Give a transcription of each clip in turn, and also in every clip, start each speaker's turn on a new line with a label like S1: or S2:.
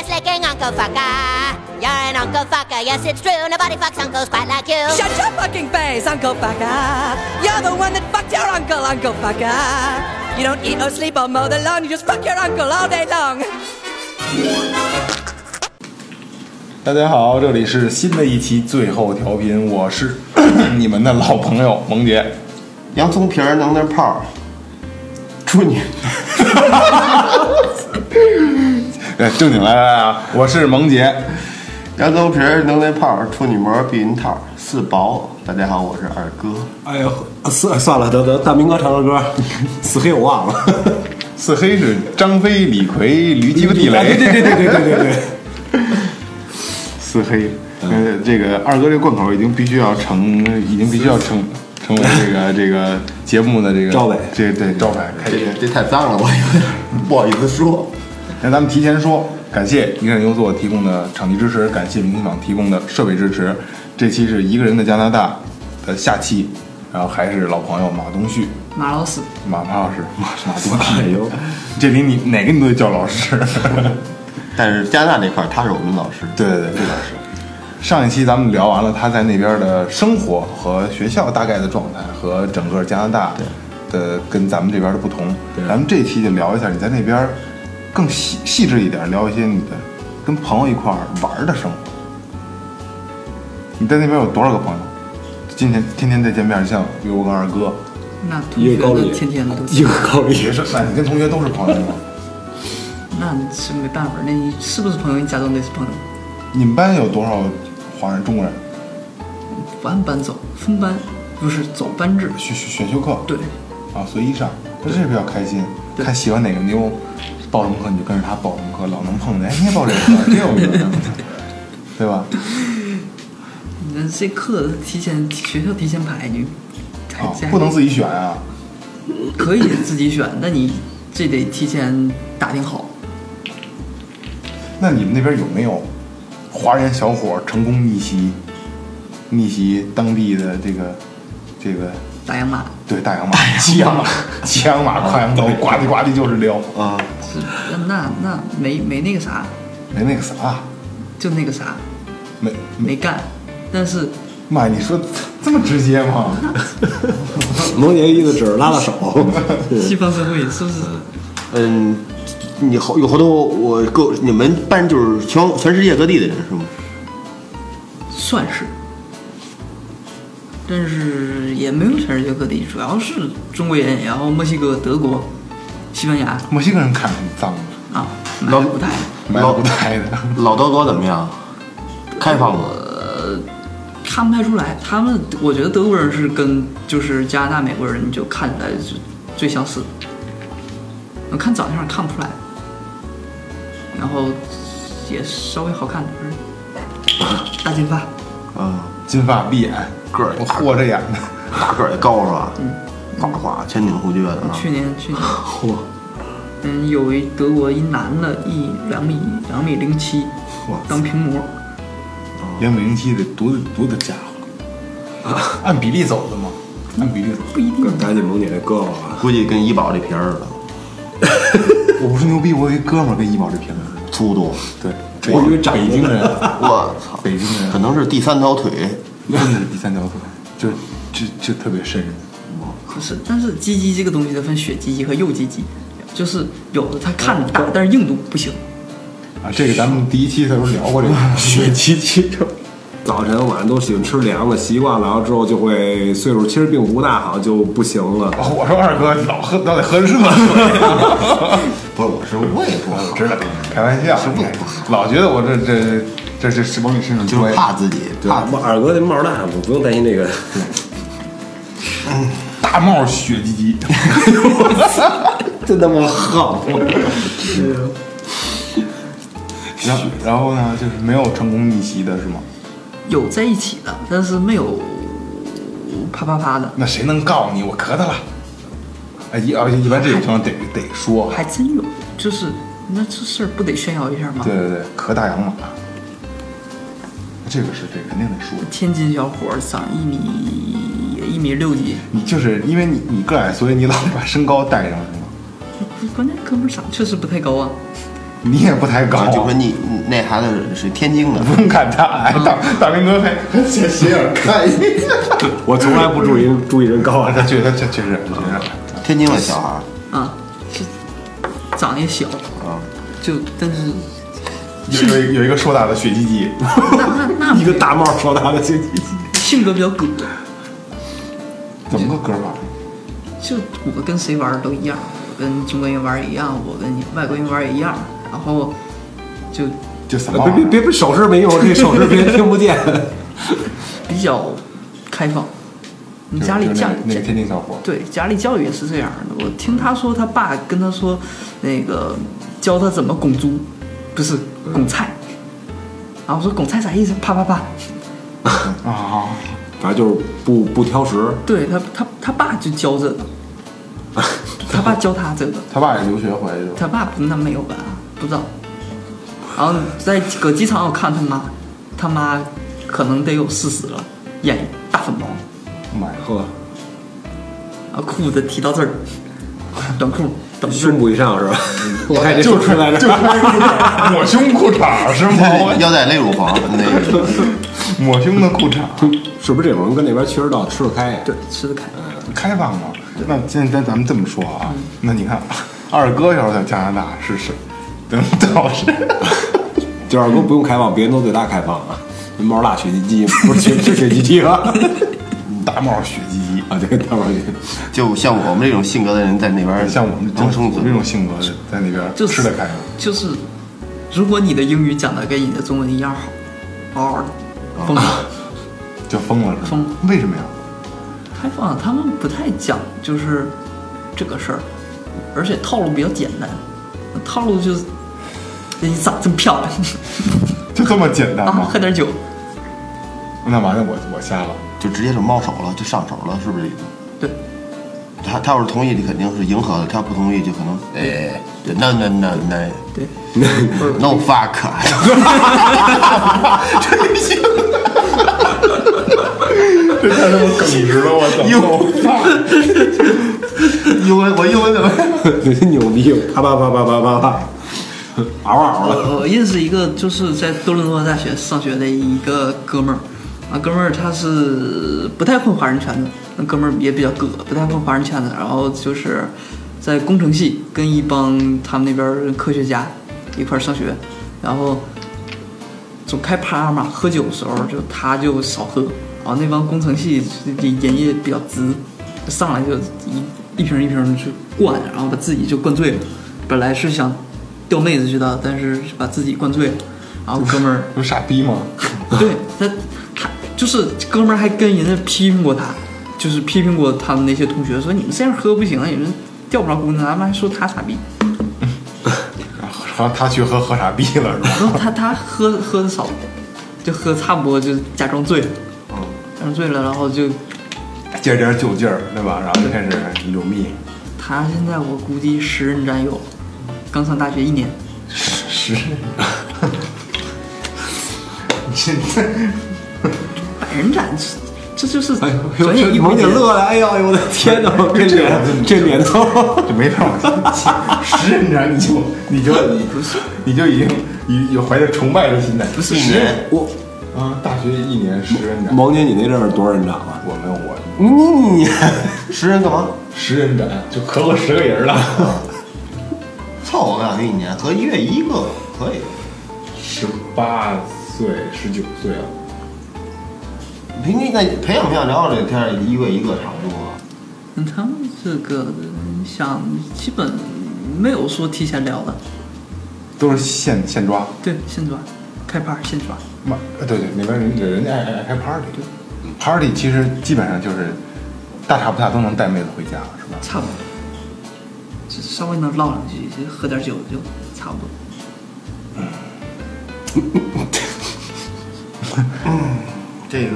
S1: Uncle Fucker. You're an Uncle Fucker. Yes, it's true. Nobody fucks uncles quite like you.
S2: Shut your fucking face, Uncle Fucker. You're the one that fucked your uncle, Uncle Fucker. You don't eat or sleep or mow the lawn. You just fuck your uncle all day long.
S3: 大家好，这里是新的一期最后调频，我是 你们的老朋友萌杰。
S4: 洋葱皮儿能那泡儿，祝你
S3: 哎，正经来来来啊，我是萌杰。
S4: 洋葱皮儿能那泡儿，处女膜避孕套四薄。大家好，我是二哥。
S5: 哎呦，算算了，得得，大明哥唱个歌， 死黑我忘了。
S3: 四黑是张飞、李逵、驴鸡巴地
S5: 啊对对
S3: 雷。
S5: 对对对对对对，
S3: 四黑，呃，这个二哥这贯口已经必须要成，已经必须要成成为这个这个节目的这个
S5: 招牌
S3: 这对招牌。
S4: 这个这太脏了，我有点不好意思说。
S3: 那咱们提前说，感谢一个人优作提供的场地支持，感谢明星坊提供的设备支持。这期是一个人的加拿大的下期，然后还是老朋友马东旭。
S6: 马老死，
S3: 马马老师，马马东旭，
S5: 哎呦，
S3: 这比你哪个你都得叫老师。
S4: 但是加拿大这块儿，他是我们老师。
S3: 对对对，这老师。上一期咱们聊完了他在那边的生活和学校大概的状态和整个加拿大的跟咱们这边的不同，咱们这期就聊一下你在那边更细细致一点，聊一些你的跟朋友一块儿玩的生活。你在那边有多少个朋友？今天天天在见面，像比如我跟二哥，
S6: 那同
S5: 一
S6: 学
S5: 个高
S6: 的
S5: 丽，
S6: 天天都
S5: 一个高 丽
S3: 也，是，那你跟同学都是朋友吗？
S6: 那是没办法，那你是不是朋友？你假装那是朋友，
S3: 你们班有多少华人中国人？
S6: 不按班走，分班，不是走班制。
S3: 选选选修课，
S6: 对，
S3: 啊，随意上，那这比较开心。
S6: 对
S3: 他喜欢哪个妞，报什么课你就跟着他报什么课，老能碰见，哎，你也报这个课，真有缘，对吧？
S6: 你们这课提前学校提前排，你还
S3: 啊
S6: 这，还
S3: 不能自己选啊，
S6: 可以自己选，但你这得提前打听好。
S3: 那你们那边有没有华人小伙成功逆袭，逆袭当地的这个这个
S6: 打洋马，
S3: 对大洋马、骑洋马、骑洋马、跨洋刀，呱唧呱唧就是撩，
S4: 啊，
S6: 是那那没没那个啥，
S3: 没那个啥，
S6: 就那个啥
S3: 没没
S6: 没干，但是
S3: 妈，你说这么直接吗？
S5: 萌姐意思只是拉拉手。
S6: 西方社会是不是
S4: 嗯，你好，有好多我各你们班就是全全世界各地的人是吗？
S6: 算是？但是也没有全世界各地，主要是中国人，然后墨西哥、德国、西班牙
S3: 墨西哥人看着很脏吗，
S6: 啊，
S4: 老
S6: 买舞台
S3: 买
S4: 老
S3: 不带的。
S4: 老德国怎么样？开放吗？
S6: 看不太出来。他们我觉得德国人是跟就是加拿大、美国人就看起来是最相似的，我看长相看不出来，然后也稍微好看点儿，大金发，
S4: 啊，
S3: 金发碧眼，
S4: 个儿也大
S3: 豁着眼的。
S4: 大个儿也高是吧？嗯，呱呱，前挺后撅的啊。
S6: 去年去年，嗯，有一德国一男的，一两米两米零七，当屏模，
S3: 零五零七得多多的家伙，按比例走的吗？按比例走，
S6: 不一定
S5: 赶紧萌姐这胳膊啊，
S4: 估计跟医保这皮儿似的，
S3: 我不是牛逼，我有一哥们儿跟医保这平的，
S4: 粗度。
S3: 对，
S5: 我以为长
S3: 北京人，
S4: 我操，
S3: 北京人
S4: 可能是第三条腿。
S3: 真的第三条腿， 就就就特别瘆人。
S6: 不是，但是鸡鸡这个东西它分血鸡鸡和右鸡鸡，就是有的它看着大，但是硬度不行。
S3: 啊，这个咱们第一期的时候聊过这个，
S5: 血肌肌肉。早晨晚上都喜欢吃凉的，习惯了，然后之后就会岁数其实并不大，好像就不行了。
S3: 我说二哥老喝老得喝日 子，
S4: 不是，我是胃不好，
S3: 知道，开玩笑，老觉得我这这这这是往你身上
S4: 就
S3: 拽
S4: 是，怕自己，
S5: 对，
S4: 怕
S5: 我二哥那帽大，不不用担心这个。
S3: 大帽血鸡鸡，
S5: 真他妈横！
S3: 然后然后呢，就是没有成功逆袭的是吗？
S6: 有在一起的，但是没有啪啪啪的，
S3: 那谁能告你？我磕他了。哎，一而且一般这种情况得得说，
S6: 还真有。就是那这事儿不得炫耀一下吗？
S3: 对，对对，磕大洋马，这个是这个肯定得说。
S6: 天津小伙儿长一米一米六几，
S3: 你就是因为你你个矮，所以你老把身高带上是吗？
S6: 关键哥们儿长确实不太高啊，
S3: 你也不太高
S4: 啊，，就说你你那孩子是天 津的，
S3: 不用看他，哎，大大明哥还还斜斜眼看一眼，
S5: 我从来不注 意注意人高啊矮
S3: 他确他确确实确实，
S4: 天津的小孩儿，
S6: 啊，是长得也小，
S5: 啊
S6: 就但是
S3: 有有一个有一个硕大的血迹记，
S5: 一个大帽说大的经济，
S6: 性格比较葛，
S3: 怎么个哥们儿？
S6: 就我跟谁玩儿都一样，我跟中国人玩儿一样，我跟外国人玩儿一样，然后就
S3: 就啊什么玩
S5: 别
S3: 意儿？
S5: 别别别，手势没用，这手势别人听不 见。
S6: 比较开放。你
S3: 就
S6: 家里
S3: 就那
S6: 家
S3: 个那
S6: 家
S3: 个天津小伙儿，
S6: 对家里教育也是这样的。我听他说，他爸跟他说，那个教他怎么拱猪，不是拱菜。然后我说拱菜啥意思？啪啪啪。
S3: 啊，
S5: 反正就是不不挑食，
S6: 对他他他爸就教这个， 他爸教他这个，
S3: 他爸也留学回来就，
S6: 他爸那没有吧？不知道。然后在搁机场我看他妈，他妈可能得有四十了，眼大粉毛，
S3: 妈呀，
S5: 呵，
S6: 然后裤子提到这儿，短裤短裤这
S5: 胸
S6: 儿，
S5: 部以上是吧？ 我看这
S3: 就
S5: 就出来
S3: 就
S5: 着，
S3: 穿抹胸裤衩是吗？
S4: 腰带勒乳房那个，
S3: 抹胸的裤衩，
S5: 是不是这种人跟那边确实道吃得开呀？
S6: 对，吃得开。
S3: 开放吗？那现在咱们这么说啊，
S6: 嗯
S3: 那你看二哥要是在加拿大是 是，等到是。
S5: 就二哥不用开放，别人都对他开放啊。 猫辣血鸡鸡不是血是血鸡鸡 啊？
S3: 大帽雪唧唧，
S5: 啊，对，大帽血
S4: 就像我们这种性格的人在那边儿
S3: 像我们这
S4: 能生
S3: 种我
S4: 存
S3: 们这。种性格的，在那边
S6: 就
S3: 吃得开吗？啊
S6: 就是，如果你的英语讲的跟你的中文一样好，嗷嗷的，
S3: 啊
S6: 疯狂
S3: 就疯了是吗？
S6: 疯了
S3: 为什么呀？
S6: 开放，他们不太讲就是这个事儿，而且套路比较简单，套路就是哎你长真漂亮，
S3: 就这么简单
S6: 啊，
S3: 吗
S6: 喝？点酒，
S3: 那完了，我我瞎了。
S4: 就直接就冒手了，就上手了，是不是？
S6: 对，
S4: 他他要是同意，你肯定是迎合的；他不同意，就可能哎，no no no no
S6: 对，
S4: no fuck，
S3: 这太他妈耿直了，我操！又
S4: 英文我英文怎么？
S5: 鸡，牛逼！啪啪啪啪啪啪啪， 嗷嗷的。
S6: 我我认识一个就是在多伦多大学上学的一个哥们儿，啊，哥们儿他是不太混华人圈子，那哥们儿也比较葛，不太混华人圈子，然后就是在工程系跟一帮他们那边儿科学家一块儿上学，然后总开趴嘛，喝酒的时候就他就少喝，然后那帮工程系人也比较直，上来就一一瓶一瓶去灌，然后把自己就灌醉了。本来是想钓妹子去的，但是把自己灌醉了。然后哥们儿，
S3: 不是傻逼吗？
S6: 对他，他就是哥们儿还跟人家批评过他，就是批评过他们那些同学说你们这样喝不行啊，你们钓不着姑娘，他们还说他傻逼。
S3: 然后他去喝喝傻逼了是吧？
S6: 然后他他喝喝的少，就喝差不多，就假装醉了，假装醉了，然后就
S3: 借点酒劲儿，对吧？然后就开始流蜜，
S6: 他现在我估计十人斩有，刚上大学一年，
S3: 是。现在
S6: 百人斩，这这就是
S5: 哎呦，
S6: 转眼一
S5: 这
S6: 回
S5: 萌姐
S6: 年，
S5: 乐了，哎呦，哎呦我的天哪， 这脸这脸都，
S3: 就没法往下接， 十人斩你就你就
S6: 不是
S3: 你就已经已有怀着崇拜的心态，不是
S4: 一年
S5: 我
S3: 啊，大学一年十人斩，
S5: 萌姐你那阵儿多少人长啊？
S3: 我没有我
S5: 你你
S4: 十人干嘛？
S3: 十人斩就磕过十个人了，
S4: 凑合干一年，合一月一个可以。
S3: 十八岁十九岁啊，
S4: 平均那培养培养，然后这天儿一个一个差不多。
S6: 嗯他们这个想基本没有说提前聊的，
S3: 都是现现抓。
S6: 对，现抓，开趴现抓，
S3: 妈，呃对对，那边人人家爱爱爱开 party，party 其实基本上就是大差不差都能带妹子回家，是吧？
S6: 差不多，就稍微能唠两句，就喝点酒就差不多。
S4: 这个，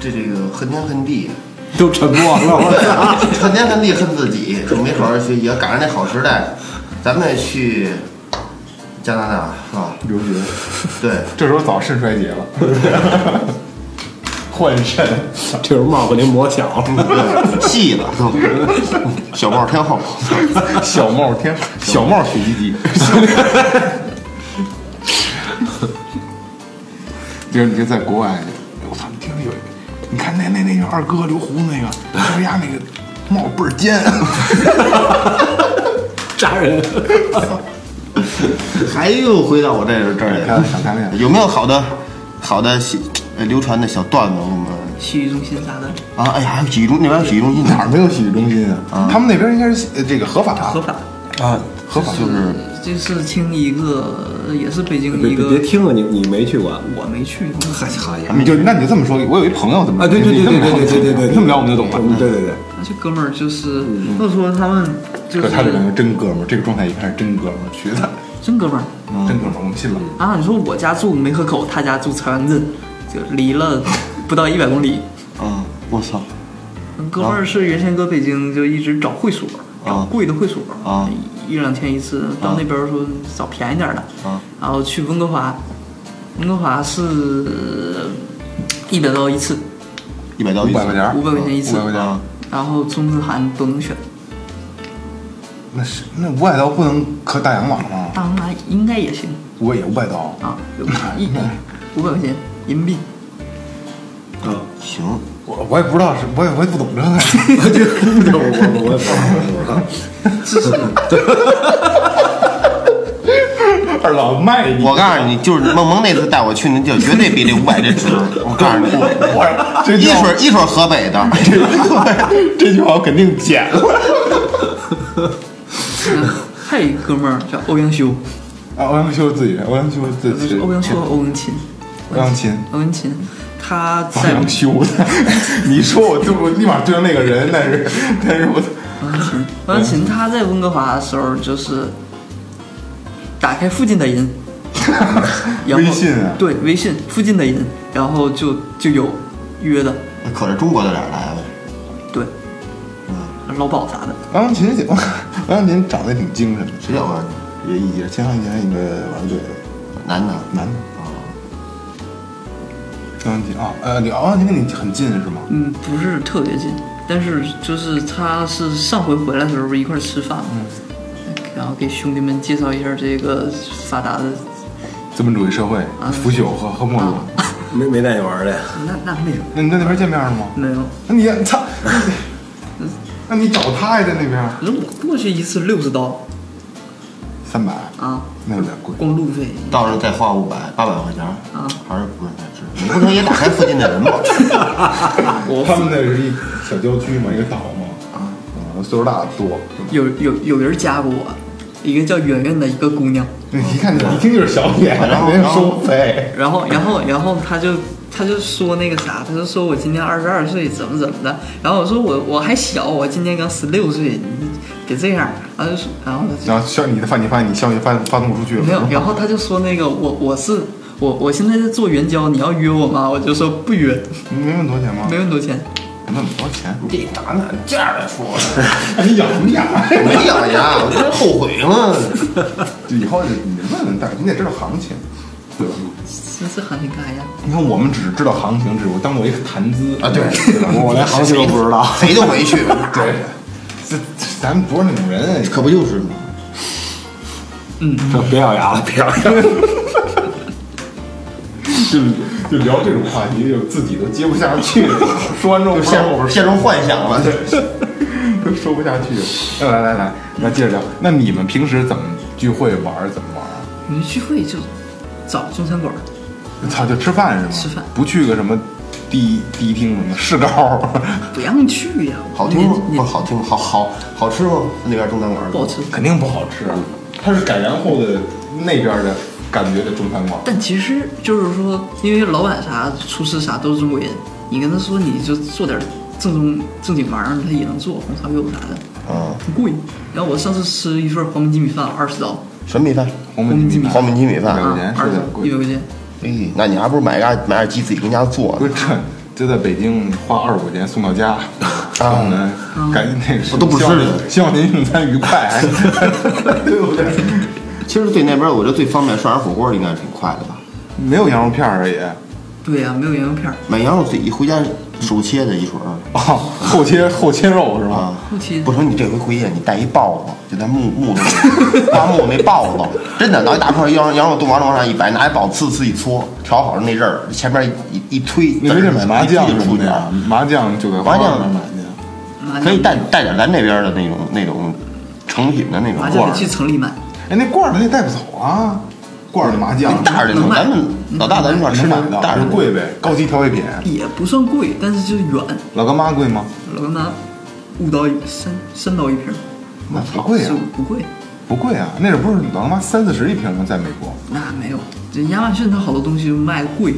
S4: 这这个恨天恨地，
S5: 都沉默了，我操！
S4: 恨天恨地恨自己，就没好好学习，要赶上那好时代，咱们去加拿大是吧？
S3: 留学，
S4: 对，
S3: 这时候早肾衰竭了， 换肾，
S5: 这时候帽子给您磨小
S4: 嗯
S5: 了。
S4: 细的，小帽天后，
S3: 小帽天，小帽血滴滴。就是你就在国外，我操，你听着有，你看那那那个二哥留胡子那个，他说呀那个帽倍儿尖，
S5: 扎人，
S4: 还又回到我这这儿
S3: 开玩
S4: 来了。
S3: 笑，开玩笑。
S4: 有没有好的好的喜呃流传的小段子？我们
S6: 洗浴中心啥的，
S4: 啊，哎呀，还有洗浴中那边有洗浴中心
S3: 哪儿没有洗浴中心啊？他们那边应该是呃这个合法，
S6: 合法。
S3: 啊，合法
S4: 就是
S6: 这是听一个，也是北京
S5: 别
S6: 一
S5: 别
S6: 个，
S5: 别听啊了，你你没去过。
S6: 我没去过。
S5: 嗨好呀
S3: 你就那你就这么说，我有一朋友怎么
S5: 啊，对对
S3: 你
S5: 对
S3: 这
S5: 对
S3: 么
S5: 对对对对对，
S3: 你这么聊我们就懂
S5: 嗯
S3: 了。
S5: 对对对，
S6: 那这哥们儿就是，或者说他们就
S3: 嗯可
S6: 是
S3: 他这两个真哥们儿，这个状态一看是真哥们儿，学的
S6: 真哥们儿
S3: 真哥们儿，我们信了。
S6: 啊！你说我家住梅河口，他家住朝阳镇，就离了不到一百公里。
S4: 啊，我操
S6: 哥们儿是原先搁北京就一直找会所，找贵的会所
S4: 啊，
S6: 一两千一次。到那边儿说找便宜点儿的，
S4: 啊
S6: 然后去温哥华，温哥华是一百刀一次，
S4: 一百刀
S3: 五
S4: 一
S3: 百块钱儿，
S6: 五百块钱一次
S3: 啊五百块钱儿
S4: 啊，
S6: 然后中日韩都能选。
S3: 那是那五百刀不能磕大洋网吗？
S6: 大红来应该也行
S3: 我也五百刀，
S6: 啊，有一五百块钱人民币。
S4: 行，
S3: 我我也不知道是，我也我也不懂 这个。
S5: 我我我也不知道。
S3: 二老卖你，
S4: 我告诉你，就是梦梦那次带我去，那地儿绝对比这五百这值。我告诉你，
S3: 我这
S4: 一
S3: 句
S4: 会
S3: 话
S4: 儿一会儿河北的，
S3: 这句话我肯定剪了。
S6: 还有一哥们儿叫欧阳修，
S3: 啊，欧阳修自己，欧阳修自
S6: 就
S3: 己
S6: 是，欧阳修、欧文琴、
S3: 欧阳琴，
S6: 欧文琴，他
S3: 欧
S6: 在
S3: 阳修的。你说我就我立马对上那个人，但 是但是我
S6: 欧阳琴，欧阳琴他在温哥华的时候就是打开附近的人，然后
S3: 微信啊
S6: 对微信附近的人，然后就就有约的，
S4: 可是中国的脸来了。
S6: 对，
S3: 嗯
S6: 老鸨啥的，
S3: 欧阳琴，欧阳琴长得挺精神的，
S4: 谁叫我
S3: 也也前两年一个玩对
S4: 男的？
S3: 男的啊。欧阳琴啊，呃，你欧阳琴跟你很近是吗？
S6: 嗯，不是特别近，但是就是他是上回回来的时候不是一块儿吃饭嘛， 然后给兄弟们介绍一下这个发达的，
S3: 资本主义社会，
S6: 啊
S3: 腐朽和和没落。
S5: 没没带你玩儿的呀？
S6: 那那没有
S3: 那你在那边见面了吗？
S6: 没有，
S3: 那你操，那你找他呀，在那边
S6: 可是我过去一次六十刀
S3: 三百，
S6: 啊，
S3: 那有点贵。
S6: 光路费
S4: 到时候再花五百八百块钱，还是不是太值？你不能也打开附近的人吧？
S3: 他们那是一小郊区嘛，一个岛嘛，啊，岁数大的多。
S6: 有有有人加过我，一个叫圆圆的一个姑娘，
S3: 那一看就一听就是小脸，
S4: 然后
S3: 人家收费。
S6: 然后然后然后他就。他就说那个啥，他就说我今年二十二岁，怎么怎么的。然后我说我我还小，我今年刚十六岁，你别这样。然后就说，然后他就
S3: 然后消你的发你发你消息发发送不出去了，
S6: 没有，然后他就说那个我我是我我现在在做援交，你要约我吗？我就说不约，
S3: 没问多少钱吗？
S6: 没有多少钱。
S3: 没问多少钱。哎
S4: 你打哪这样来 说？
S3: 你咬什么牙？
S4: 没有呀，我真后悔了。
S3: 就以后就你问问大夫，你得知道行情，对吧？
S6: 这这行情干啥呀？
S3: 你看我们只知道行情，只我当做一个谈资
S4: 啊对
S3: 吧
S5: 我连行情都不 知道。
S4: 谁都没去，
S3: 对，哎这这咱们不是那种人，啊
S4: 可不就是吗？
S5: 别咬牙了，别咬牙了。
S3: 就就聊这种话题，就自己都接不下去了。说完之后
S4: 陷入陷入幻想了。
S3: 都说不下去了。来来来来，那接着聊。那你们平时怎么聚会玩儿？怎么玩儿？
S6: 你们聚会就找中餐馆儿，
S3: 操，就吃饭是吗？
S6: 吃饭
S3: 不去个什么地地厅什么市高，
S6: 不让去呀。
S4: 好听吗？
S6: 你
S4: 不好听，好好好吃吗？那边中餐馆
S6: 不好吃，
S3: 肯定不好吃。啊它是改良后的那边的感觉的中餐馆。
S6: 但其实就是说，因为老板啥、厨师啥都是中国人，你跟他说你就做点正宗正经玩意儿，他也能做红烧肉啥的，
S4: 嗯，
S6: 不贵。然后我上次吃一份黄焖鸡米饭二十刀，
S4: 什么米饭？
S3: 红焖鸡米
S4: 黄焖鸡米
S3: 两
S4: 饭。
S3: 块钱
S6: 二
S3: 是
S6: 十
S3: 点
S6: 一百
S3: 贵，
S6: 块钱，
S4: 哎，那你还不如买点买点鸡自己跟家做
S3: 不。是这就在北京花二十块钱送到家，然后呢，
S6: 嗯
S3: 赶紧那个
S4: 啊哦我都不吃
S3: 希望
S4: 了
S3: 希望您用餐愉快， 对不对？
S4: 其实对那边，我觉得最方便涮点火锅应该挺快的吧？
S3: 没有羊肉片儿而已，啊
S6: 对呀、没有羊肉片儿，
S4: 买羊肉自己回家手切的一手啊。
S3: 哦，后切后切肉是吧？
S4: 啊
S6: 后期，
S4: 不成，你这回回去你带一豹子，就在木木头那大木那豹子，真的拿一大块羊羊肉冻完了往上一摆，拿一刨子自己搓，调好了那刃儿，前面一一一推，
S3: 你没事买麻酱
S4: 滋儿
S3: 什
S4: 出
S3: 么
S4: 去
S3: 的呀
S4: 啊，？
S3: 麻酱就在
S4: 麻酱
S3: 花市买去。
S6: 麻
S4: 可以
S6: 酱
S4: 带带点咱这边的那种那种成品的那种
S6: 麻
S4: 罐
S6: 酱
S4: 儿
S6: 得去城里买，
S3: 哎，那罐儿的那带不走啊，罐儿的麻酱
S4: 那大点的，
S6: 能买
S4: 咱们老大咱一块儿吃
S3: 能
S4: 那
S3: 买啊到，
S4: 大
S3: 但
S4: 点
S3: 是
S4: 的
S3: 贵呗，高级调味品。
S6: 也不算贵，但是就是远，
S3: 老干妈贵吗？
S6: 老干妈五刀一三三刀一瓶儿，
S3: 那不贵啊
S6: 就，不贵。
S3: 不贵啊，那时候不是老干妈三四十一瓶吗？在美国，
S6: 那没有，这亚马逊它好多东西就卖贵。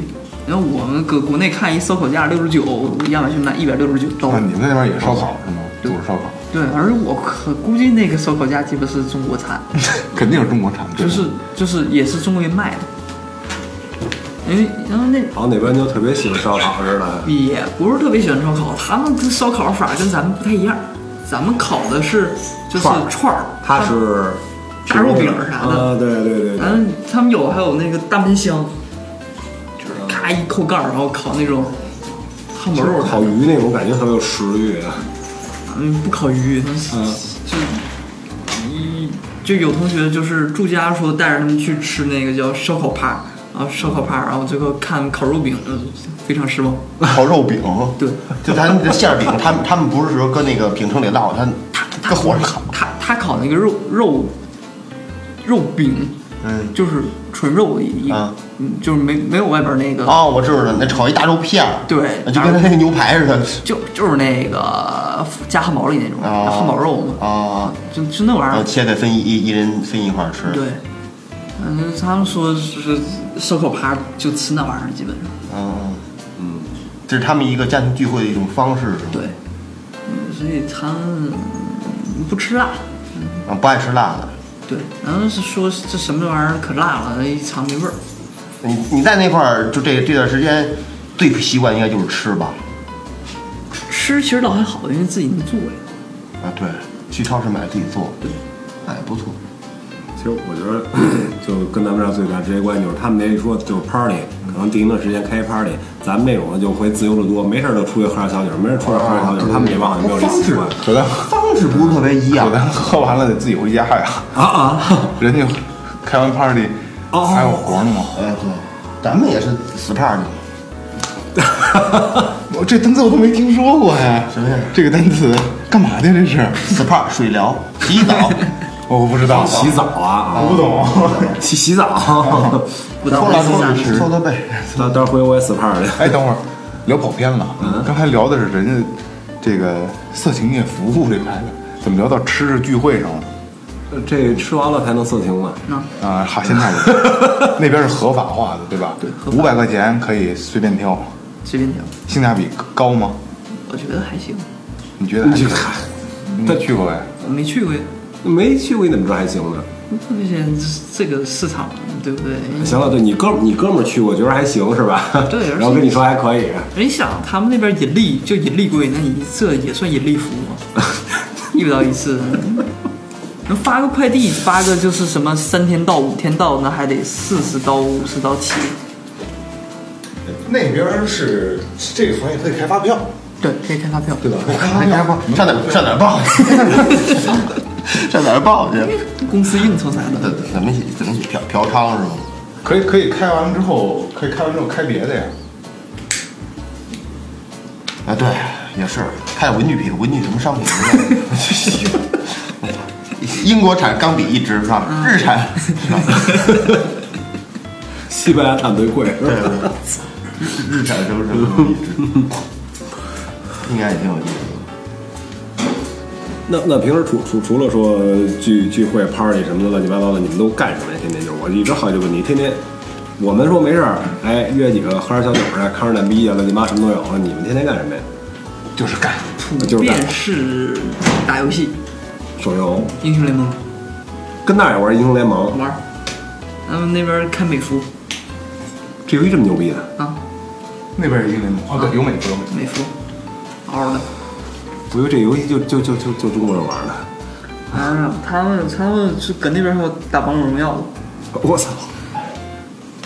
S6: 然后我们搁国内看一烧烤架六十九，亚马逊卖一百六十九刀
S3: 那。啊你们那边也烧烤是吗？
S6: 对
S3: 就是烧烤，
S6: 对，而我可估计那个烧烤架基本是中国产，
S3: 肯定是中国产的。
S6: 就是就是也是中国人卖的。因为然后那
S5: 然后那边就特别喜欢烧烤似的。
S6: 也不是特别喜欢烧烤，他们这烧烤法跟咱们不太一样，咱们烤的是就是
S5: 串儿
S6: 串儿，
S5: 它是
S6: 炸肉饼儿啥的
S5: 啊，对对对对，
S6: 嗯，他们有还有那个大冰箱，就是咔一扣盖儿，然后烤那种汉堡肉啥的，
S5: 烤鱼那种感觉特别有食欲啊。
S6: 嗯，不烤鱼，
S5: 嗯
S6: 就一就有同学就是住家说带着他们去吃那个叫烧烤趴，然后烧烤趴，然后最后看烤肉饼，嗯非常失望。
S4: 烤肉饼，
S6: 对，
S4: 就咱这馅儿饼，他们他们不是说跟那个饼铛里烙，他
S6: 他
S4: 跟火上烤，
S6: 他他烤那个肉肉肉饼，
S4: 嗯。
S6: 就是纯肉的一，
S4: 啊
S6: 嗯，就是没没有外边那个，
S4: 哦，我知道了，那炒一大肉片儿，
S6: 对
S4: 就跟那个牛排似的，
S6: 就就是那个加汉堡里那种、
S4: 啊，
S6: 汉堡肉嘛，
S4: 啊，
S6: 就就那玩
S4: 然
S6: 意
S4: 后
S6: 儿。
S4: 切开分一一一人分一块儿吃，
S6: 对，反正他们说是烧烤趴就吃那玩意儿，基本上。
S4: 嗯嗯，这是他们一个家庭聚会的一种方式，是吗？
S6: 对，嗯所以他们不吃辣。
S4: 啊，不爱吃辣的。
S6: 对，然后是说这什么玩意儿可辣了，一尝没味儿。
S4: 你你在那块儿就这这段时间最习惯应该就是吃吧？
S6: 吃其实倒还好，因为自己能做呀。
S4: 啊，对，去超市买自己做，
S6: 对，
S4: 那也不错。
S5: 其实我觉得，就跟咱们这儿最大直接关系就是，他们那一说就是 party，可能第一段时间开 party，咱们那种就会自由的多，没事儿就出去喝点小酒，没事儿出去喝点
S4: 啊
S5: 小
S6: 哦
S5: 酒，他们那帮好像没有这
S4: 方
S5: 习
S4: 式
S5: 惯
S3: 可咱
S4: 方式不是特别一样
S3: 可，咱喝完了得自己回家呀，
S5: 啊啊！
S3: 人家开完 party
S5: 哦
S3: 还有活呢吗？
S4: 哎对，咱们也是死胖的，
S3: 我这单词我都没听说过呀，
S4: 什么呀
S3: 这个单词干嘛的呀？这是
S4: 死胖水疗洗澡，
S3: 我不知 道，
S5: 洗澡啊，
S3: 不懂。
S5: 洗洗澡。
S6: 不
S4: 搓
S6: 当
S4: 拉
S6: 回
S4: 搓
S6: 事
S4: 拉
S6: 儿
S4: 搓搓背，
S5: 到到时候回我也 SPA 去。
S3: 哎，等会儿聊跑偏了，刚才聊的是人家这个色情业服务这块的，怎么聊到吃是聚会上了？
S5: 这吃完了才能色情嘛？
S3: 啊，好，现在我那边是合法化的，对吧？对，五百块钱可以随便挑，
S6: 随便挑，
S3: 性价比高吗？
S6: 我觉得还行。
S3: 你觉得还是
S5: 你去看？
S3: 你去过呗？
S6: 我没去过嗯呀，
S5: 没去过你怎么知道还行呢？
S6: 特别显这个市场，对不对？
S5: 行了，对你哥们儿你哥们儿去过，觉得还行是吧？
S6: 对而且
S5: 然后跟你说还可以，
S6: 人哎想他们那边引力就引力贵，那你这也算引力服务吗？ 一不到一次，能发个快递，发个就是什么三天到五天到，那还得四十刀五十刀起。
S3: 那边是这个行业可以开发票，
S6: 对，可以开发票，对吧？
S4: 哎呀不上哪儿上哪儿报去？ 上哪儿报去？
S6: 公司应酬啥的，
S4: 怎怎么写怎么写嫖嫖娼是吗？
S3: 可以可以开完之后，可以开完之后开别的呀。
S4: 啊，对，也是，还有文具品，文具什么商品 之类的。英国产钢笔一支是吧？日产，
S5: 西班牙坦最贵是吧？
S4: 日产什么什么什么一支，应该也挺有意思
S5: 那那平时除除除了说聚聚会、party 什么的乱七八糟的，你们都干什么呀？天天就是我一直好奇这个问题，天天我们说没事儿，哎，约几个喝点小酒去，看着蛋逼呀，乱七八什么都有啊了。你们天天干什么呀？
S3: 就是干，
S5: 就是干
S6: 便是打游戏，
S5: 手游，
S6: 英雄联盟
S5: 跟那儿也玩英雄联盟，
S6: 玩儿，他们那边看美服
S5: 这游戏这么牛逼的，
S6: 啊，
S3: 那边有英联盟哦，对，有美国有美国。
S6: 美服，嗷的。
S5: 我以为这游戏就就就就就中国人玩的。
S6: 啊，他们他们是搁那边还有打王者荣耀的，
S5: 我操！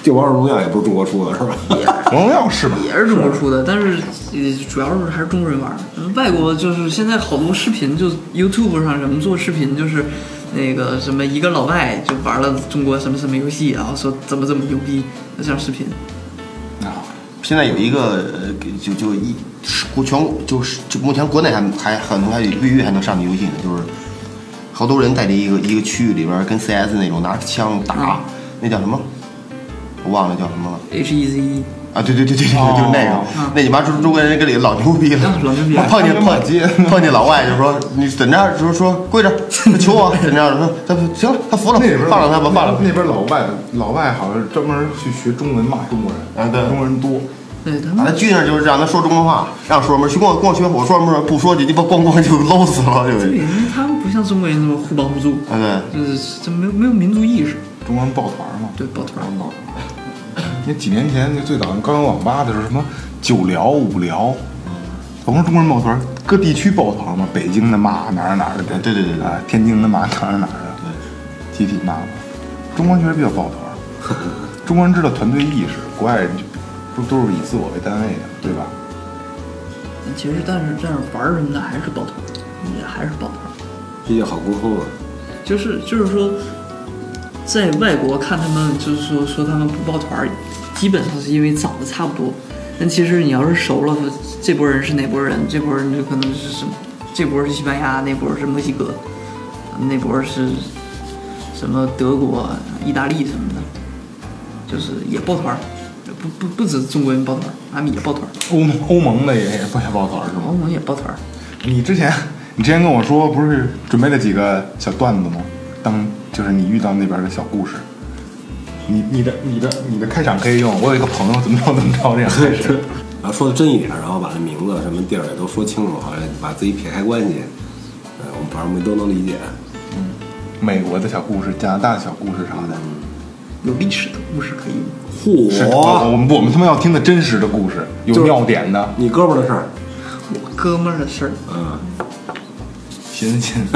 S5: 帝王荣耀也不是中国出的是吧？
S3: 荣耀是吧？
S6: 也是中国出的，但是呃主要是还是中国人玩儿。外国就是现在好多视频，就 YouTube 上人们做视频，就是那个什么一个老外就玩了中国什么什么游戏，然后说怎么怎么牛逼，那这样视频。
S4: 现在有一个呃，给就就一是国全就是就目前国内还还很多还有越狱还能上的游戏呢，就是好多人在这一个一个区域里边儿跟 CS 那种拿着枪打，那叫什么？我忘了叫什么了
S6: H E Z E，
S4: 啊！对对对对对，对就是那个，那你妈中中国人跟里老牛逼了
S6: 啊，哦老牛逼了
S4: 碰见
S3: 他们
S4: 碰
S3: 满街
S4: 碰见老外就说你怎着，就是说跪 着求我怎着，说他行了，他服了
S3: 那边，
S4: 放了他吧，放了他吧。
S3: 那边老外老外好像是专门去学中文骂中国人，
S4: 啊对
S3: 中国人多。
S6: 对他
S4: 把
S6: 们
S4: 他拘上就是让他说中国话，让说什么去跟我跟我学，我说什么不说就鸡巴咣咣就搂死了，就
S6: 对，因为他们不像中国人那么互帮互助，
S4: 啊对。
S6: 就是这没有没有民族意识。
S3: 中国人抱团嘛，
S6: 对抱团
S3: 中国人抱团。因为几年前就最早刚有网吧的时候，什么九聊、五聊，甭说中国人抱团，各地区抱团嘛，北京的骂哪儿哪儿的，
S4: 对对对对
S3: 啊，天津的骂 哪儿哪儿的，对，集体骂嘛。中国人确实比较抱团， 中国人知道团队意识，国外人就不都是以自我为单位的，对吧？
S6: 其实但是但是玩儿什么的还是抱团，也还是抱团。
S5: 毕竟好沟通啊。
S6: 就是就是说，在外国看他们，就是说说他们不抱团儿，基本上是因为长得差不多。但其实你要是熟了，这波人是哪波人？这波人就可能是什么？这波是西班牙，那波是墨西哥，那波是什么德国、意大利什么的，就是也抱团儿，不不不止中国人抱团儿，俺们也抱团儿，
S3: 欧盟欧盟的也也不想抱团是
S6: 欧
S3: 吗？
S6: 盟也抱团儿。
S3: 你之前你之前跟我说不是准备了几个小段子吗？当就是你遇到那边的小故事，你你的你的你的开场可以用。我有一个朋友怎么着怎么着这样开始，
S5: 然后说的真一点，然后把这名字、什么地儿也都说清楚，好像把自己撇开关系，呃，我们反正我们都能理解。
S3: 美国的小故事、加拿大的小故事啥的。
S6: 有历史的故事可以，
S3: 是的，我我
S5: 嚯，
S3: 们我们他妈要听的真实的故事，有
S5: 就是
S3: 尿点的，
S5: 你哥们儿的事儿，
S6: 我哥们儿的事儿，
S5: 嗯，
S3: 寻寻。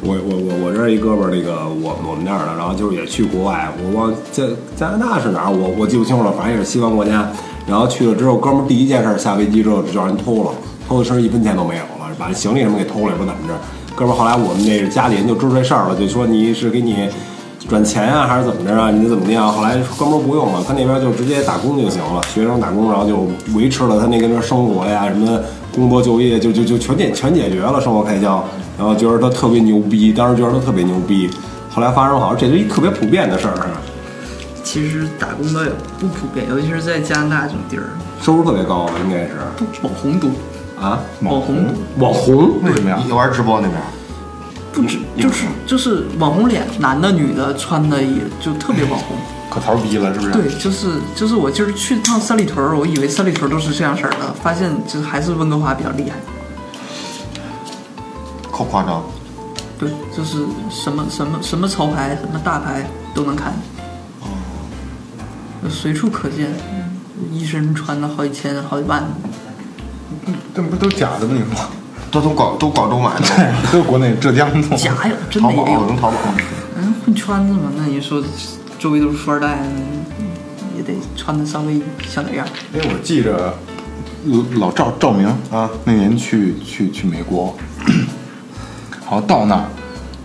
S5: 我我我我这儿一哥们儿，那个我我们那儿的，然后就是也去国外，我忘加加拿大是哪儿，我我记不清楚了，反正也是西方国家。然后去了之后，哥们儿第一件事儿下飞机之后就让人偷了，偷的身一分钱都没有了，把行李什么给偷了，也不怎么着。哥们儿后来我们那个家里人就知道这事儿了，就说你是给你转钱啊，还是怎么着啊？你怎么的啊？后来哥们儿不用了，他那边就直接打工就行了，学生打工，然后就维持了他那个那生活呀，什么工作就业，就就就全解全解决了生活开销，然后觉得他特别牛逼，当时觉得他特别牛逼，后来发生好像这是一特别普遍的事儿，
S6: 其实打工的也不普遍，尤其是在加拿大这种地儿，
S5: 收入特别高，应该是
S6: 网红多，
S5: 啊，
S6: 网红多
S5: 网红
S3: 为什么呀？
S4: 你玩直播那边儿？
S6: 不止，就是就是网红脸，男的女的穿的也就特别网红。
S3: 可淘逼了是不是？
S6: 对，就是就是我今儿去趟三里屯儿，我以为三里屯儿都是这样式儿的，发现就是还是温哥华比较厉害。
S4: 够夸张。
S6: 对，就是什么什么什么潮牌、什么大牌都能看，哦，随处可见，一身穿的好几千、好几万。
S3: 这不都假的吗？你说，
S4: 都从广都广州买的，
S3: 都是国内浙江的。
S6: 假有，真
S4: 淘
S6: 的也
S4: 宝
S6: 有。
S4: 从淘宝。
S6: 嗯，混圈子嘛，那你说周围都是富二代，也得穿的稍微像点样。
S3: 因哎为我记着呃老赵赵明啊，那年去去去美国，好像到那儿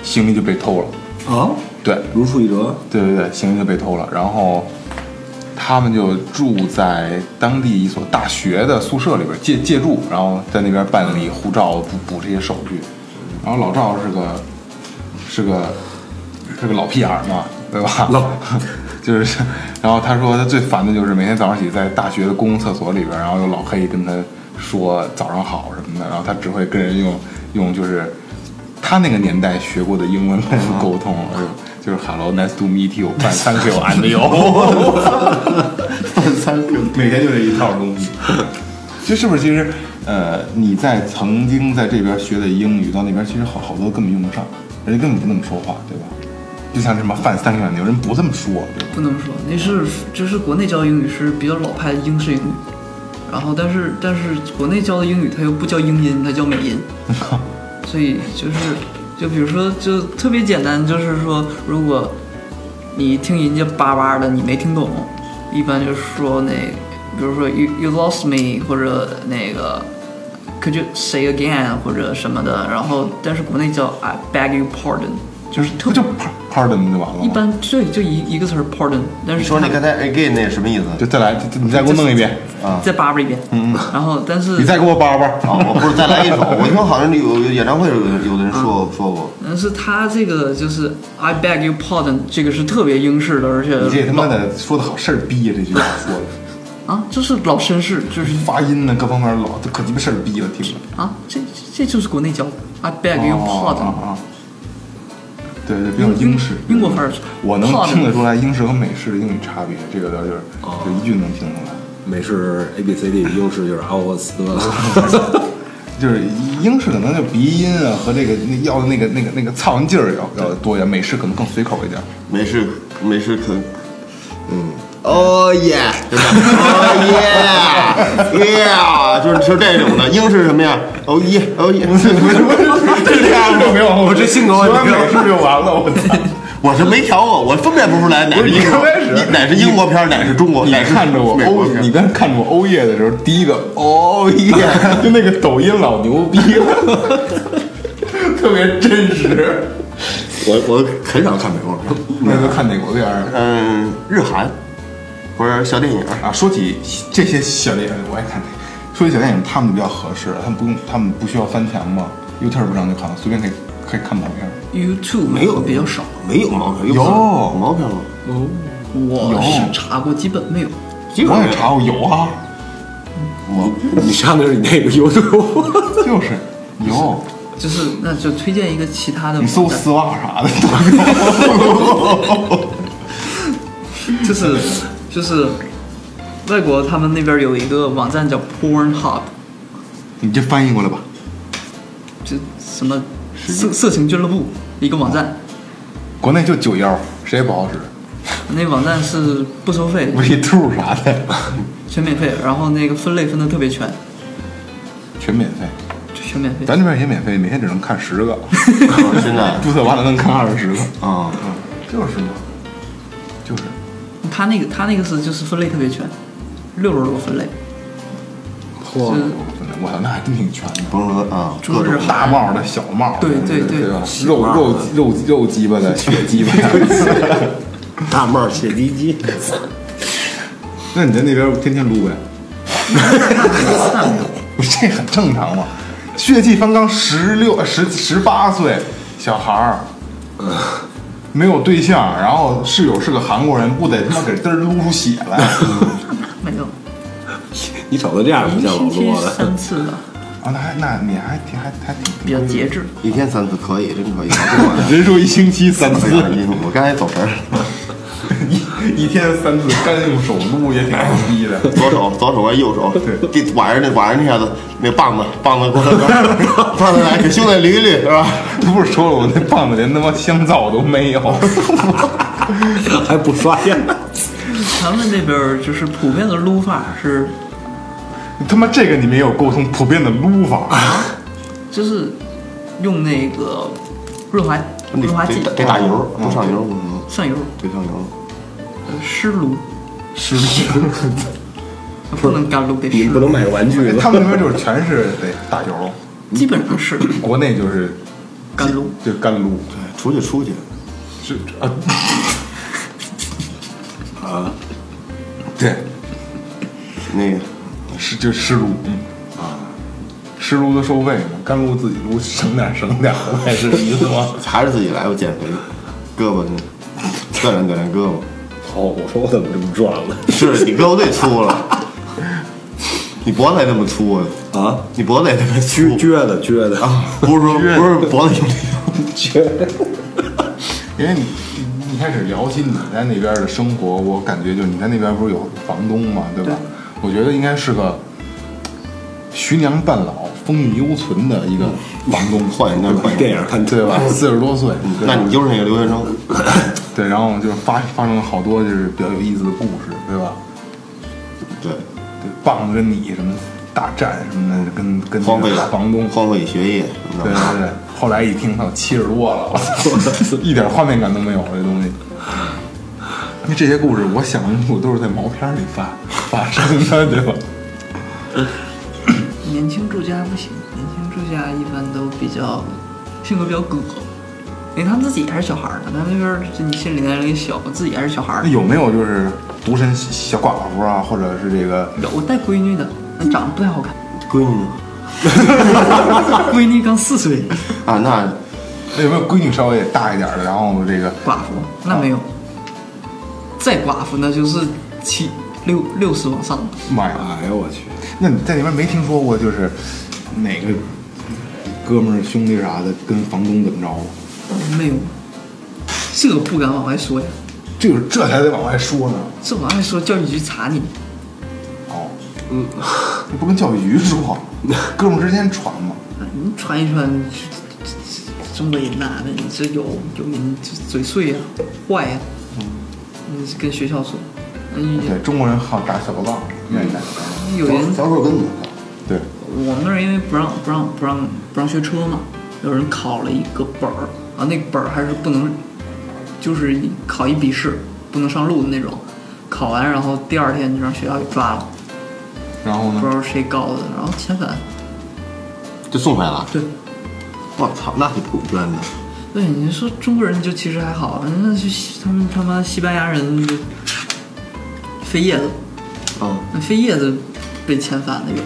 S3: 行李就被偷了。
S5: 啊，
S3: 对
S5: 如出一辙，
S3: 对对对，行李就被偷了。然后他们就住在当地一所大学的宿舍里边借借住，然后在那边办理护照、补补这些手续。然后老赵是个是个是个老屁眼儿嘛，对吧？
S5: 老
S3: 就是，然后他说他最烦的就是每天早上起在大学的公共厕所里边，然后有老黑跟他说早上好什么的，然后他只会跟人用用就是他那个年代学过的英文跟人沟通，哎呦就是 Hello, nice to meet you, fine, thank you, and you。三个 每天就这一套东西，就是不是？其实，呃，你在曾经在这边学的英语，到那边其实好好多根本用不上，人家根本不那么说话，对吧？就像什么泛三个牛，人不这么说，对吧？
S6: 不能说那是就是国内教英语是比较老派的英式英语，然后但是但是国内教的英语它又不叫英音，它叫美音，所以就是就比如说就特别简单，就是说如果你听人家叭叭的，你没听懂，一般就是说那，比如说 you you lost me 或者那个 could you say again 或者什么的，然后但是国内叫 I beg you pardon，就是特
S3: 不 就 par- pardon 就完了吗？
S6: 一般对就一一个词儿 pardon，但是
S4: 你说那
S6: 他
S4: 刚才 again 那什么意思？
S3: 就再来，就就你再给我弄一遍，
S6: 再叭叭一遍，嗯，然后但是
S3: 你再给我叭叭。
S4: 啊，我不是再来一首，我听好像有有演唱会有有的人
S6: 嗯
S4: 说说过，
S6: 但是他这个就是 I beg you pardon，这个是特别英式的，而且
S3: 你这他妈的说的好事儿逼啊呀！这句话说的，
S6: 啊，就是老绅士，就是
S3: 发音呢各方面老可鸡巴事儿逼了，听着。
S6: 啊，这这就是国内教的 I beg you
S3: 啊
S6: pardon，、
S3: 啊啊！对对，比较英式，
S6: 英国范儿
S3: 我能
S6: pardon
S3: 听得出来英式和美式的英语差别，这个倒就是就一句能听出来。
S5: 美式 A B C D，英式就是啊奥斯德。
S3: 就是英式可能就鼻音啊和这个那要的那个那个那个操劲儿要要多一点，美式可能更随口一点。
S4: 没事没事可，嗯。哦耶，对吧？哦耶，耶，就是就是这种的。英式什么呀？哦耶，哦耶，这样
S3: 没有，
S5: 我这性格问
S3: 学
S5: 题
S3: 完美式就完了，我操！
S4: 我是没调过，我分辨不出来哪
S3: 不
S4: 是
S3: 是你
S4: 英国
S3: 刚开始
S4: 你哪是英国片儿，哪是中国，
S3: 你
S4: 哪是
S3: 看着我
S4: 美
S3: 欧
S4: 国，片儿
S3: 你刚看着我欧耶的时候，第一个欧耶，就那个抖音老牛逼了，特别真实。
S4: 我我很少看美国片儿，
S3: 那就看哪国片儿啊？
S4: 嗯，日韩或者小电影儿，
S3: 啊，说起这些小电影，我也看。说起小电影，他们就比较合适，他们不用，他们不需要翻墙嘛，YouTube 上就看了，随便可以可以看毛片。
S6: YouTube
S4: 没有
S6: 比较少，，
S4: 没有毛片，
S3: 有
S4: 毛片吗？
S6: 我是查过，基本没有。
S3: 我也查过，有啊，
S4: 我
S5: 你上的是你那个 YouTube，
S3: 就是有。
S6: 就是那就推荐一个其他的
S3: 你搜
S6: 网站，
S3: 丝袜啥的都有。
S6: 就是 就是外国他们那边有一个网站叫 Pornhub，
S3: 你这翻译过来吧？
S6: 就什么色色情俱乐部一个网站，
S3: 国内就九幺，谁也不好使，
S6: 那网站是不收费的，
S3: v two 啥的，
S6: 全免费，然后那个分类分的特别全，
S3: 全免费。
S6: 就全免费。
S3: 咱这边也免费，每天只能看十 个，
S4: 啊现
S6: 啊
S4: 在
S3: 注册完了能看二十个。
S4: 啊，
S3: 就是嘛，就是。
S6: 他那个他那个是就是分类特别全，六十多个分类，
S3: 嚯！我操，那还真挺全的。
S4: 甭说啊，各
S6: 中
S4: 种
S6: 日
S3: 大帽的小帽的，
S6: 对对对
S3: 对吧？肉肉肉肉鸡巴的，血鸡巴 的。
S5: 大帽血滴鸡，
S3: 那你在那边天天 撸呗？
S6: 那没有
S3: 不是这很正常嘛。血气方刚，十六、呃十十八岁小孩儿，
S6: 呃
S3: 没有对象，然后室友是个韩国人，不得他妈给嘚儿撸出血来
S6: 嗯没有，
S5: 你瞅他这样
S6: 一
S5: 不
S6: 个
S5: 像老
S6: 星期
S5: 罗的。
S6: 三次 吧，
S3: 啊？那还那你还挺还还挺
S6: 比较节制。
S4: 一天三次可以，真可以。我
S3: 人说一星期三
S4: 这
S3: 次，
S4: 个我刚才走神儿，
S3: 一一天三次，干用手撸也挺牛逼的。
S4: 左手左手完右手，对，给晚上那晚上那下子那棒子棒子过来，棒子来给兄弟捋一捋是吧？
S3: 不是说了，我那棒子连他妈香皂都没有。
S5: 还不刷牙，
S6: 他们那边就是普遍的撸法是，
S3: 他妈这个你没有沟通，普遍的撸法，
S6: 就是用那个润滑润滑
S4: 得
S6: 剂
S4: 得得打油，不上油，嗯，
S6: 上油
S4: 得上油。
S6: 湿撸，
S3: 是不是？
S6: 不能干撸给
S5: 你
S6: 湿
S5: 们不
S6: 撸，
S5: 能买个玩具
S3: 他
S5: 吗？
S3: 们那边就是全是得打油，
S6: 基本上是
S3: 国内就是
S6: 干撸。
S3: 就干撸。
S4: 出去出去，
S3: 是啊 啊，对，
S4: 那个
S3: 是就湿炉，嗯啊，湿炉都收费嘛，干炉自己炉，省点儿省点儿的呗，是意思吗？
S4: 还是自己来吧，减肥，胳膊呢，锻炼锻炼胳膊。
S5: 哦，我说我怎么这么壮呢？
S4: 是你胳膊最粗了，你脖子也那么粗啊？
S5: 啊，
S4: 你脖子也那么粗
S5: 撅撅的撅的
S4: 啊？不是说不是脖子有力，
S5: 撅的。
S3: 因为你你一开始聊起你在那边的生活，我感觉就是你在那边不是有房东嘛，对吧？我觉得应该是个徐娘半老、风韵犹存的一个房东，
S4: 换一个换一
S5: 电
S4: 个，
S5: 影看
S3: 对吧？四十多岁，对吧
S4: 那你就是那个留学 生，
S3: 对，然后就是发发生了好多就是比较有意思的故事，对吧？
S4: 对，
S3: 对，棒子跟你什么大战什么的，跟跟
S4: 荒废
S3: 那个房东，
S4: 荒废学业什么
S3: 对
S4: 的，
S3: 对对。后来一听，他七十多了，我操一点画面感都没有这东西。因为这些故事，我想的我都是在毛片里发发生的，对吧？
S6: 年轻住家不行，年轻住家一般都比较性格比较葛，因为他们自己还是小孩儿呢，他们那边儿就你心理年龄小，自己还是小孩儿
S4: 哎
S3: 那。有没有就是独身小寡妇啊，或者是这个
S6: 有我带闺女的，那长得不太好看，
S4: 闺女呢？
S6: 闺女刚四岁，
S4: 啊，那
S3: 有没有闺女稍微也大一点的，然后这个
S6: 寡妇那没有，再寡妇那就是七六六十往上了。
S3: 妈呀，
S5: 哎呦我去，
S3: 啊那你在那边没听说过就是哪个哥们儿兄弟啥的跟房东怎么着？
S6: 没有，这个不敢往外说呀，
S3: 这个这才得往外说呢。
S6: 这往外说教育局查你。
S3: 哦，嗯，你不跟教育局说，哥们儿之间传嘛。
S6: 啊你传一传，中国人呐、那你这有有人这嘴碎呀、坏呀、你跟学校说，嗯，
S3: 对，中国人好打小报告，愿意打小报告。
S6: 有人
S4: 嗯小时候跟你
S3: 对，
S6: 我们那儿因为不让不让不让不让学车嘛，有人考了一个本儿，啊，那个本儿还是不能，就是考一笔试，不能上路的那种。考完然后第二天就让学校给抓了，
S3: 然后
S6: 不知
S3: 呢？
S6: 道谁告的，然后遣返。
S4: 就送回来了。
S6: 对，
S4: 我操，那挺不冤的。
S6: 对，你说中国人就其实还好，那就他们他妈西班牙人就飞叶子，
S4: 嗯，
S6: 那飞叶子被遣返的有。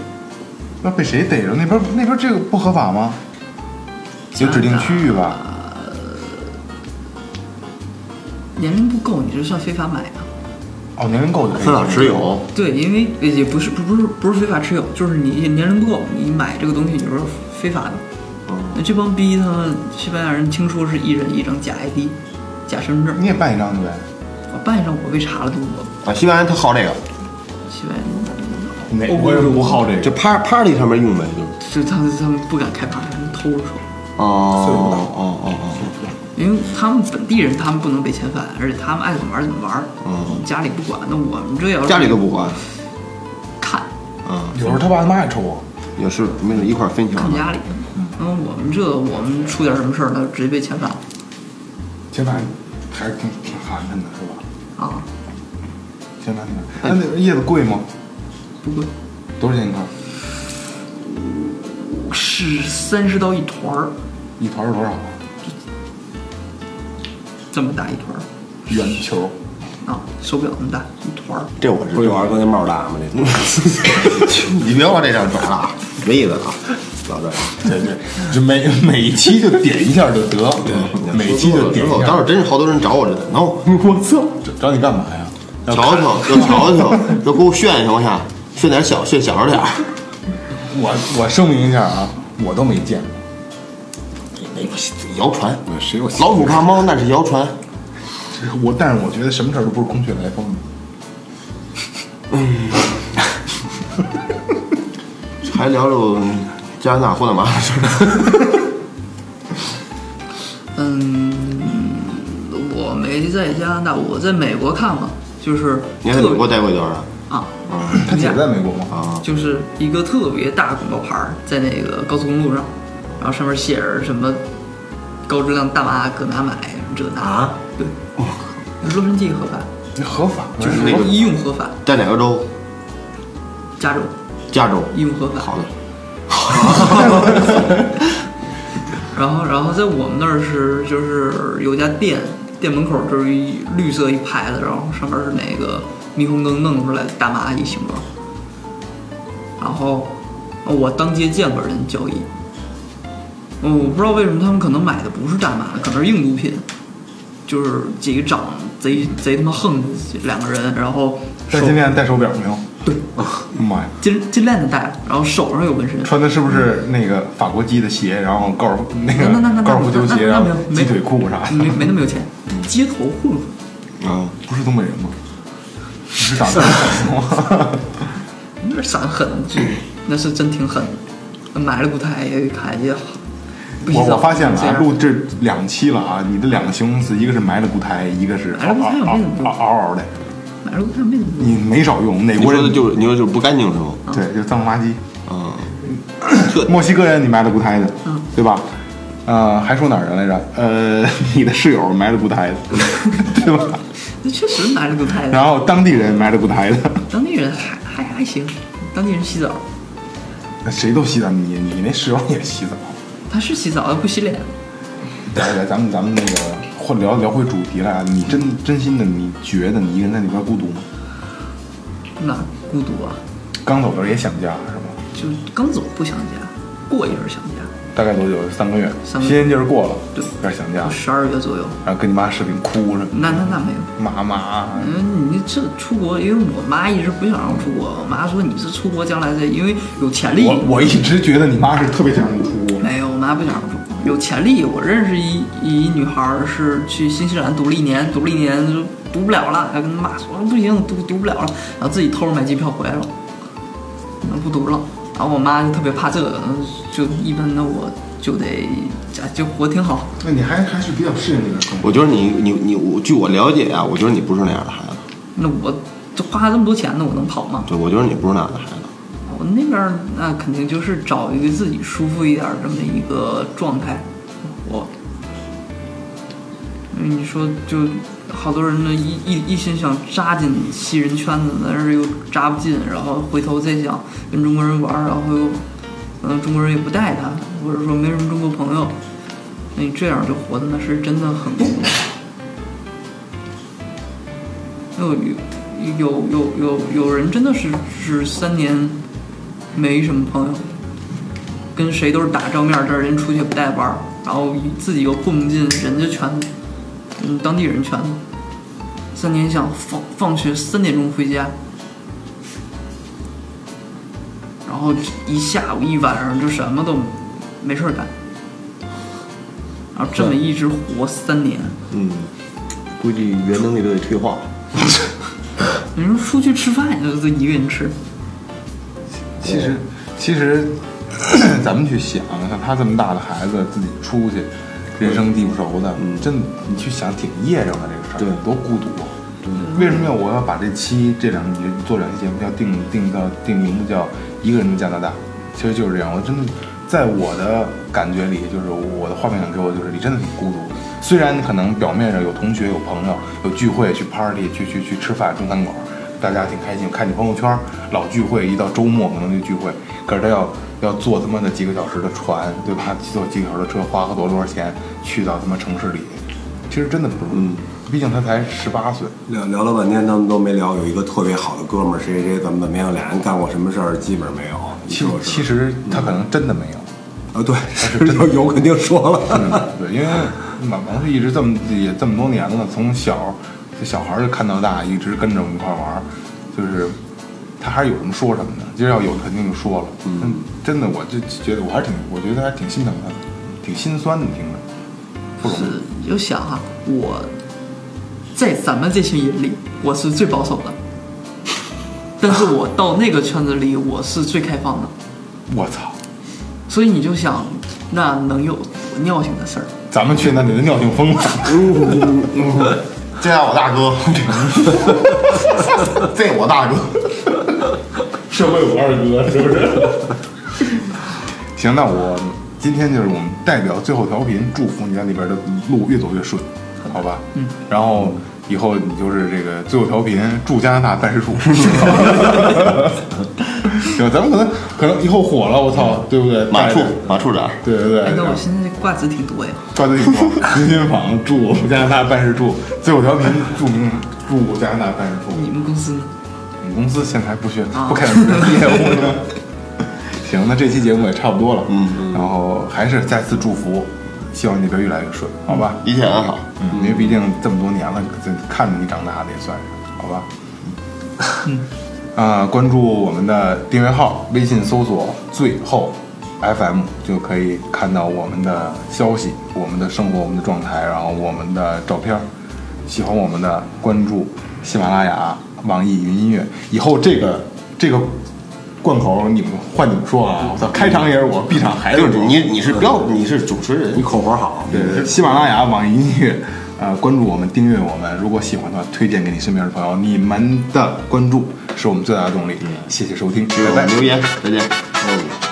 S3: 那被谁逮着？那边那边这个不合法吗？有指定区域吧？
S6: 年龄不够，你这算非法买啊？
S3: 哦，年龄够就可以。
S4: 非法持有，
S6: 对，因为呃也不是不不是不是非法持有，就是你年龄不够，你买这个东西你就是非法的。那这帮逼他们西班牙人听说是一人一张假 ID、假身份证，
S3: 你也办一张对呗？
S6: 我办一张我被查了多多。
S4: 啊，西班牙人特好这个，
S6: 西班牙人
S3: 哪国人不好这
S4: 就
S3: 个？
S4: par- party 上面用呗，就。
S6: 就他们他们不敢开发，他们偷着说。
S4: 哦哦哦哦
S6: 因为他们本地人，他们不能被遣返，而且他们爱怎么玩儿怎么玩儿，
S4: 嗯
S6: 我们家里不管。那我们这要
S4: 哦，
S6: 是
S4: 家里都不管，
S6: 看
S4: 嗯，
S3: 有时候他爸他妈也抽啊。
S4: 也是，没准一块儿分条
S6: 看
S4: 呢。
S6: 家里，嗯，我们这我们出点什么事儿，那直接被遣返了
S3: 前排还是挺挺寒碜的，是吧？
S6: 啊，
S3: 前排挺寒碜。那那叶子贵吗？
S6: 不过
S3: 多少钱一块？
S6: 是三十刀一团儿，
S3: 一团是多少啊？
S6: 这么大一团儿
S3: 圆球。
S6: 啊，手表那么大一团儿，
S4: 这我知
S5: 不就玩儿跟那帽儿大吗？这
S4: 道， 你别往这上转了啊， 没意思啊，老 这。
S3: 对对，就每每一期就点一下就得， 每期就点一
S4: 我
S3: 下。
S4: 当时真是好多人找我这的，no，我操，
S3: 找你干嘛呀？
S4: 瞧瞧，就瞧瞧，就给我炫炫一下，炫点小，炫小着点儿。
S3: 我我声明一下啊，我都没见过。
S4: 哎谣传，
S5: 谁有
S4: 老鼠怕猫那是谣传，
S3: 我但是我觉得什么事儿都不是空穴来风的。
S4: 还聊聊加拿大胡大麻的 事儿。
S6: 嗯，我没在加拿大，我在美国看过，就是
S4: 你还在美国
S6: 特
S4: 待过一段啊？
S6: 啊，
S3: 他姐在美国吗？
S4: 啊，
S6: 就是一个特别大广告牌儿在那个高速公路上，然后上面写着什么高质量大麻搁哪买这那
S4: 啊，
S6: 对，洛杉矶合法，
S3: 那合法吗？
S6: 就是
S4: 那个
S6: 医用合法，
S4: 在哪个州？
S6: 加州
S4: 加州。
S6: 医用合法。
S4: 好的，
S6: 然后然后在我们那儿是就是有家店，店门口就是一绿色一牌子，然后上面是那个霓虹灯弄出来的大麻一形状，然后我当街见过人交易。嗯，我不知道为什么他们可能买的不是大麻，可能是硬毒品，就是几个长贼贼他妈横的两个人，然后手
S3: 在金链戴手表没有？
S6: 对
S3: 妈呀，
S6: 金金链子戴了，然后手上有纹身，
S3: 穿的是不是那个法国鸡的鞋？然后高尔夫那
S6: 那
S3: 个
S6: 那那
S3: 高尔夫球鞋，
S6: 那那
S3: 然
S6: 那
S3: 后
S6: 没有
S3: 鸡腿裤啥
S6: 没
S3: 的？
S6: 没那么有钱，街头混混。
S4: 啊，
S3: 不是东北人吗？你是长得吗？
S6: 那闪狠，这
S3: 嗯
S6: 那是真挺狠。买了古台也看也好，不洗
S3: 我
S6: 澡
S3: 我发现了
S6: 这
S3: 啊，
S6: 样
S3: 录这两期了啊，你的两个形容词，一个是埋了骨苔，一个是
S6: 埋了
S3: 嗷
S6: 骨苔
S3: 嗷
S6: 有那种
S3: 嗷嗷嗷的，
S6: 买了古台没怎么
S3: 你没少用。哪
S4: 你
S3: 国
S4: 说的
S3: 人
S4: 就是你说就是不干净是吗？
S3: 对，就脏了吧唧。
S4: 嗯，
S6: 嗯
S3: 墨西哥人你埋了骨苔的，对吧？啊，啊、还说哪儿人来着？呃， 你的 室友埋了骨台的，对吧？
S6: 那确实拿着个拍
S3: 然
S6: 的，
S3: 后当地人埋了骨台的，
S6: 当地人还还还行，当地人洗澡，
S3: 谁都洗澡，你你那室友也洗澡。
S6: 他是洗澡，他不洗脸。
S3: 来来，咱们咱们那个或聊聊回主题来啊！你真真心的，你觉得你一个人在那边孤独吗？
S6: 那孤独啊，
S3: 刚走的时候也想家是吗？
S6: 就刚走不想家，过一阵儿想家，
S3: 大概多久？三个月，
S6: 三个月
S3: 新鲜劲儿过了，
S6: 对
S3: 有点想家，
S6: 十二月左右。
S3: 然后跟你妈视频哭是吗？
S6: 那那那没有，
S3: 妈妈，
S6: 嗯，你这出国，因为我妈一直不想让我出国，我妈说你这出国将来这，因为有潜力。
S3: 我我一直觉得你妈是特别想让你出国的，
S6: 没哎有，我妈不想让我出国，有潜力。我认识一一女孩儿是去新西兰读了一年，读了一年就读不了了，还跟她妈说不行，读读不了了，然后自己偷着买机票回来了，那不读了。然后我妈就特别怕这个，嗯就一般那我就得家就活挺好。
S3: 那你还还是比较适应这个生活。
S4: 我觉得你你你，我据我了解啊，我觉得你不是那样的孩子。
S6: 那我这花这么多钱呢，我能跑吗？
S4: 对，我觉得你不是那样的孩子。
S6: 我那边儿那肯定就是找一个自己舒服一点儿这么一个状态，我，因为你说就好多人呢一一一心想扎进西人圈子，但是又扎不进，然后回头再想跟中国人玩儿，然后又，嗯、中国人也不带他，或者说没什么中国朋友，那你这样就活的那是真的很孤独。有呃有有有有人真的是是三年没什么朋友，跟谁都是打照面儿，但是人出去也不带玩儿，然后自己又混不进人家圈子，嗯，当地人圈子。三年想放放学三点钟回家，然后一下午一晚上就什么都没事儿干，然后这么一直活三年。
S4: 嗯，估计原能力都得退化。
S6: 你说出去吃饭，你就一个人吃，
S3: 其实其实 咱们去想，像他这么大的孩子自己出去，人生地不熟的，真的你去想挺噎着的这个事儿，
S4: 对
S3: 多孤独啊！为什么要我要把这期这两集做两期节目要定定到定名字叫一个人的加拿大？其实就是这样，我真的在我的感觉里，就是我的画面感给我就是你真的挺孤独的。虽然你可能表面上有同学、有朋友、有聚会、去 party、去去去吃饭、中餐馆，大家挺开心。看你朋友圈老聚会，一到周末可能就聚会，可是他要要坐他妈的几个小时的船，对吧？坐几个小时的车，花个多多少钱去到他妈城市里，其实真的不容易。毕竟他才十八岁，
S5: 聊聊了半天，他们都没聊有一个特别好的哥们儿，谁谁谁怎么怎么样，俩人干过什么事儿，基本上没有。
S3: 其
S5: 就是
S3: 其实他可能真的没有。
S5: 啊，对，有有肯定说了，
S3: 对，因为马王是一直这么也这么多年了，从小这小孩儿就看到大，一直跟着我们一块儿玩儿，就是他还是有什么说什么的，今儿要有肯定就说了。嗯，真的，我就觉得我还是挺，我觉得还挺心疼他的，挺心酸的，听着不容易。
S6: 是你就想哈、我在咱们这群人里，我是最保守 的，但是我到那个圈子里，我是最开放的，
S3: 我操，
S6: 所以你就想，那能有尿性的事儿？
S3: 咱们去那里的尿性疯了，
S4: 这样我大 哥，这我大哥，
S3: 社会我二哥是不是？ 行，那我今天就是我们代表最后调频，祝福你在里边的路越走越顺，好吧？嗯。然后以后你就是这个最后调频驻加拿大办事处。行，咱们可能可能以后火了，我操，对不对？
S4: 马处
S3: 带着
S4: 马处长，
S3: 对对对。
S6: 哎，那
S3: 然后
S6: 我现在这挂子挺多呀，
S3: 抓紧说，新新坊驻加拿大办事处，最后调频驻名驻加拿大办事处。
S6: 你们公司呢？
S3: 我们公司现在还不缺，
S6: 啊
S3: 不开展业务呢。行，那这期节目也差不多了，嗯，然后还是再次祝福，希望你别越来越顺，好吧？
S4: 一切安好。
S3: 嗯，因为毕竟这么多年了，这看着你长大的也算是，好吧？啊、关注我们的订阅号，微信搜索“最后 FM” 就可以看到我们的消息、我们的生活、我们的状态，然后我们的照片儿。喜欢我们的，关注喜马拉雅、网易云音乐。以后这个这个贯口，你们换你们说啊！我操，开场也是我，闭场还是
S4: 就
S3: 我
S4: 是你，你是标，你是主持人
S5: 你，口活好，
S3: 对，喜马拉雅、网易音乐，呃，关注我们，订阅我们。如果喜欢的话，推荐给你身边的朋友。你
S4: 嗯
S3: 们的关注是我们最大的动力。谢谢收听，
S4: 对
S3: 拜拜。
S4: 留言，再见。嗯。